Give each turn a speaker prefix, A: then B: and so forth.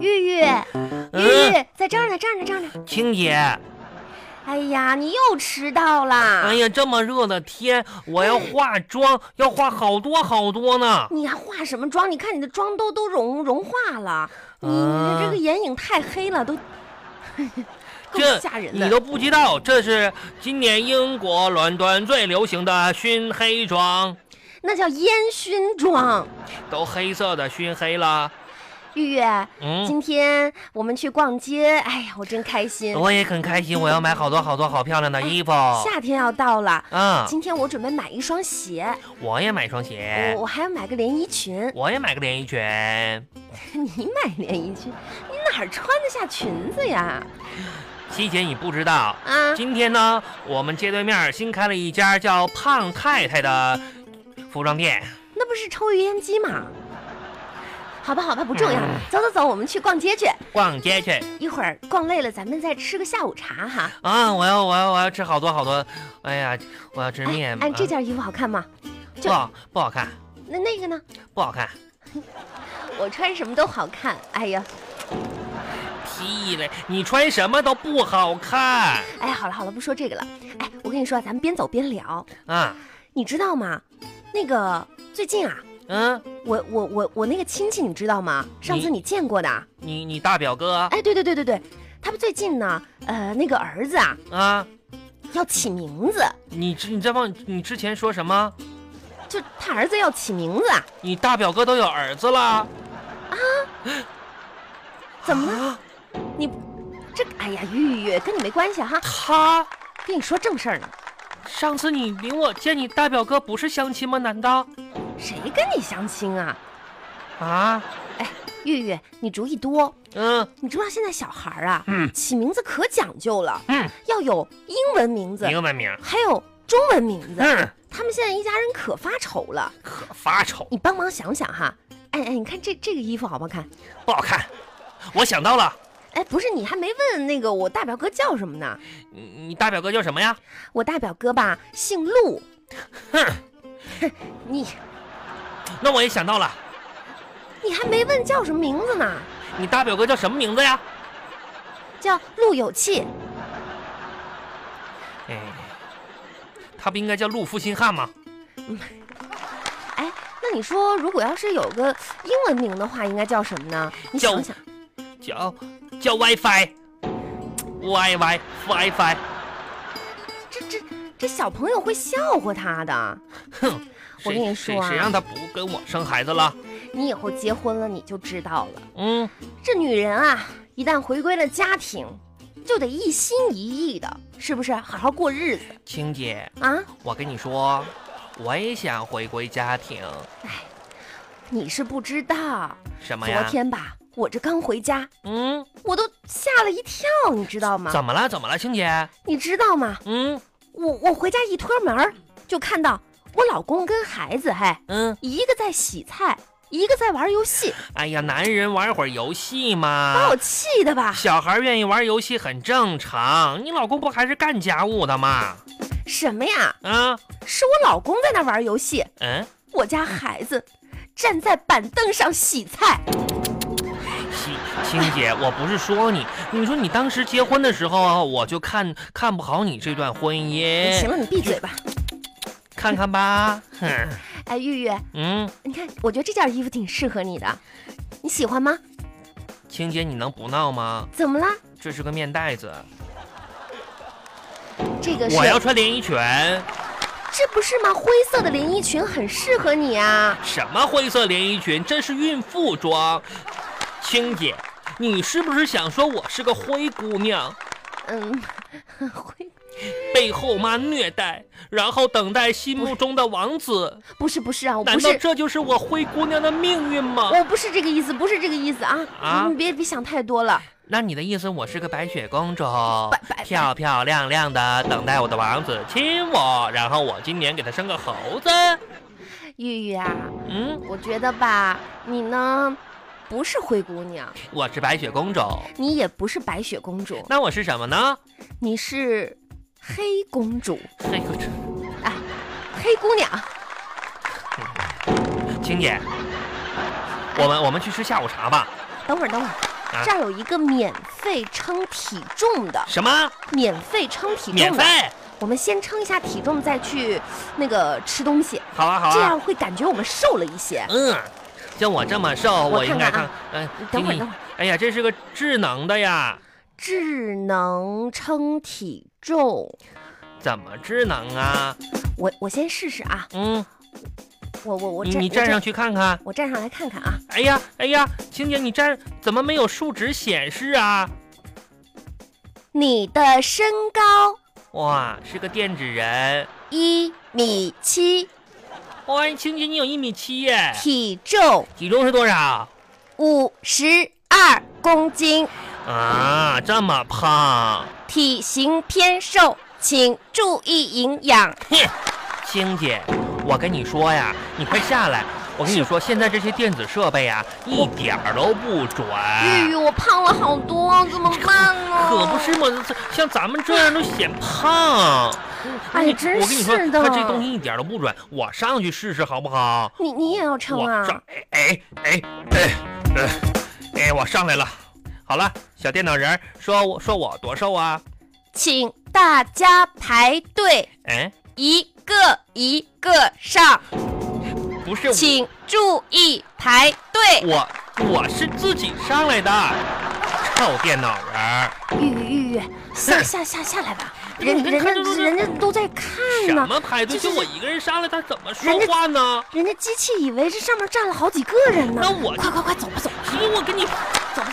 A: 玉玉，
B: 嗯
A: 玉玉，在这儿呢，这儿呢，这儿呢。
B: 青姐，
A: 哎呀，你又迟到啦！
B: 哎呀，这么热的天，我要化妆，要化好多好多呢。
A: 你还化什么妆？你看你的妆都都融融化了，你
B: 啊
A: 你这个眼影太黑 了，都够
B: 这
A: 吓人
B: 你
A: 的。
B: 都不知道，这是今年英国伦敦最流行的熏黑妆，
A: 那叫烟熏妆。
B: 都黑色的熏黑了。
A: 玉玉，
B: 嗯，
A: 今天我们去逛街，哎呀，我真开心。
B: 我也很开心，我要买好多好多好漂亮
A: 啊
B: 的衣服。
A: 夏天要到了，
B: 啊，
A: 今天我准备买一双鞋，
B: 我也买双鞋
A: 我，我还要买个连衣裙。
B: 我也买个连衣裙。
A: 你买连衣裙，你哪儿穿得下裙子呀？
B: 希姐，你不知道，
A: 啊，
B: 今天呢，我们街对面新开了一家叫胖太太的服装店。
A: 那不是抽油烟机吗？好吧，好吧，不重要。
B: 嗯
A: 走走走，我们去逛街去。
B: 逛街去
A: 一会儿逛累了，咱们再吃个下午茶哈。
B: 啊！我要我要我要吃好多好多，哎呀，我要吃面。
A: 哎，这
B: 啊
A: 件衣服好看吗？
B: 不好不好看，
A: 那那个呢？
B: 不好看，
A: 我穿什么都好看。哎呀，
B: 屁嘞！你穿什么都不好看
A: 哎，好了好了，不说这个了。哎，我跟你说啊，咱们边走边聊。
B: 啊！
A: 你知道吗？那个最近啊，
B: 嗯，
A: 我我我我那个亲戚，你知道吗？上次
B: 你
A: 你见过的啊。
B: 你你大表哥
A: 哎，对对对对对，他们最近呢，呃，那个儿子啊
B: 啊，
A: 要起名字，
B: 你之你在忘你之前说什么？
A: 就他儿子要起名字啊，
B: 你大表哥都有儿子了？
A: 怎么了？你这哎呀，玉玉跟你没关系哈，
B: 他
A: 跟你说正事儿呢。
B: 上次你领我见你大表哥不是相亲吗？难道
A: 谁跟你相亲啊？
B: 啊？
A: 玉玉，你主意多，
B: 嗯
A: 你知不知道现在小孩儿啊，
B: 嗯
A: 起名字可讲究了，
B: 嗯，
A: 要有英文名字，
B: 明白明。
A: 还有中文名字。
B: 嗯，
A: 他们现在一家人可发愁了，
B: 可发愁，
A: 你帮忙想想哈。哎哎，你看这这个衣服好不好看？
B: 不好看。我想到了，
A: 哎，不是，你还没问那个我大表哥叫什么呢？
B: 你你大表哥叫什么呀？
A: 我大表哥吧，姓陆。
B: 哼，
A: 你
B: 那我也想到了，
A: 你还没问叫什么名字呢？
B: 你大表哥叫什么名字呀？
A: 叫陆有气。
B: 哎，他不应该叫陆负心汉吗？
A: 哎，那你说如果要是有个英文名的话，应该叫什么呢？你
B: 叫
A: 想想，
B: 叫叫 WiFi。Y Y WiFi，
A: 这这这小朋友会笑话他的。
B: 哼！
A: 我
B: 谁
A: 跟你
B: 谁
A: 说啊
B: 谁让他不跟我生孩子了？
A: 你以后结婚了，你就知道了。
B: 嗯，
A: 这女人啊，一旦回归了家庭，就得一心一意的，是不是？好好过日子
B: 青姐，
A: 啊！
B: 我跟你说，我也想回归家庭。
A: 你是不知道，
B: 什么
A: 昨
B: 呀？
A: 天吧，我这刚回家，
B: 嗯，
A: 我都吓了一跳，你知道吗？
B: 怎么了？怎么了，青姐？
A: 你知道吗？
B: 嗯
A: 我我回家一推门儿，就看到我老公跟孩子，嘿，
B: 嗯，
A: 一个在洗菜，一个在玩游戏，
B: 哎呀，男人玩会儿游戏
A: 把
B: 嘛
A: 我，气的吧？
B: 小孩愿意玩游戏很正常。你老公不还是干家务的吗？
A: 什么呀？
B: 啊，
A: 是我老公在那玩游戏，
B: 嗯，
A: 我家孩子站在板凳上洗菜。
B: 青青姐，我不是说你，你说你当时结婚的时候啊，我就看看不好你这段婚
A: 行
B: 姻，
A: 了，你闭嘴吧。
B: 看看吧，哼，
A: 哎，玉玉，
B: 嗯，
A: 你看，我觉得这件衣服挺适合你的，你喜欢吗？
B: 青姐，你能不闹吗？
A: 怎么啦？
B: 这是个面袋子，
A: 这呃个是
B: 我要穿连衣裙，
A: 这不是吗？灰色的连衣裙很适合你啊。
B: 什么灰色连衣裙，这是孕妇装。青姐，你是不是想说我是个灰姑娘？
A: 嗯， 灰
B: 被后妈虐待，然后等待心目中的王子？
A: 不是不是啊，我
B: 难
A: 不
B: 道
A: 是。
B: 这就是我灰姑娘的命运吗？
A: 我不是这个意思，不是这个意思啊！
B: 啊
A: 你别别想太多了。
B: 那你的意思，我是个白雪公主
A: 白白，
B: 漂漂亮亮的，等待我的王子亲我，然后我今年给他生个猴子？
A: 玉玉啊，
B: 嗯，
A: 我觉得吧，你呢，不是灰姑娘，
B: 我是白雪公主，
A: 你也不是白雪公主，
B: 那我是什么呢？
A: 你是黑公主，
B: 嘿哎呦，这
A: 黑姑娘。
B: 青姐，我们我们去吃下午茶吧。
A: 等会儿，等会儿，
B: 啊
A: 这儿有一个免费称体重的，
B: 什么
A: 免费称体
B: 免
A: 重的
B: 费，？
A: 我们先称一下体重，再去那个吃东西，
B: 好啊好
A: 这
B: 啊，
A: 样会感觉我们瘦了一些。
B: 嗯，像我这么瘦，
A: 我
B: 我应该
A: 看看
B: 看
A: 啊，
B: 嗯，
A: 等会儿，
B: 你
A: 等会儿，
B: 哎呀，这是个智能的呀，
A: 智能称体重，
B: 怎么智能啊？
A: 我我先试试啊，
B: 嗯，
A: 我我我
B: 你
A: 站
B: 你
A: 我
B: 站上去看看。
A: 我站上来看看啊，
B: 哎呀哎呀，青姐，你站怎么没有数值显示啊？
A: 你的身高
B: 哇，是个电子人。
A: 一米七，
B: 哇，青姐，你有一米七耶，
A: 体重
B: 体重是多少？
A: 五十二公斤，
B: 啊，这么胖，
A: 体型偏瘦，请注意营养。
B: 青姐，我跟你说呀，你快下来！我跟你说，现在这些电子设备啊，一点儿都不准，
A: 玉玉，我胖了好多，怎么办呢？
B: 可不是嘛，这像咱们这样都显胖。
A: 哎
B: 你
A: 真
B: 我跟你说
A: 是，的
B: 它这东西一点儿都不准，我上去试试好不好？
A: 你你也要称
B: 我上
A: 啊？，
B: 哎哎哎哎哎，我上来了。好了，小电脑人儿说我说我多瘦啊？
A: 请大家排队，
B: 哎，
A: 一个一个上，
B: 不是我。
A: 请注意排队。
B: 我我是自己上来的，臭电脑人儿，
A: 玉玉玉玉，下下下下来吧，人
B: 你
A: 人家
B: 看这
A: 人家都在看
B: 什
A: 呢，
B: 么排队？
A: 哎这
B: 就是我一个人上来，他怎么说话呢？
A: 人家机器以为这上面站了好几个人呢。
B: 那我
A: 快快快，走吧走吧，
B: 因为我跟你
A: 走吧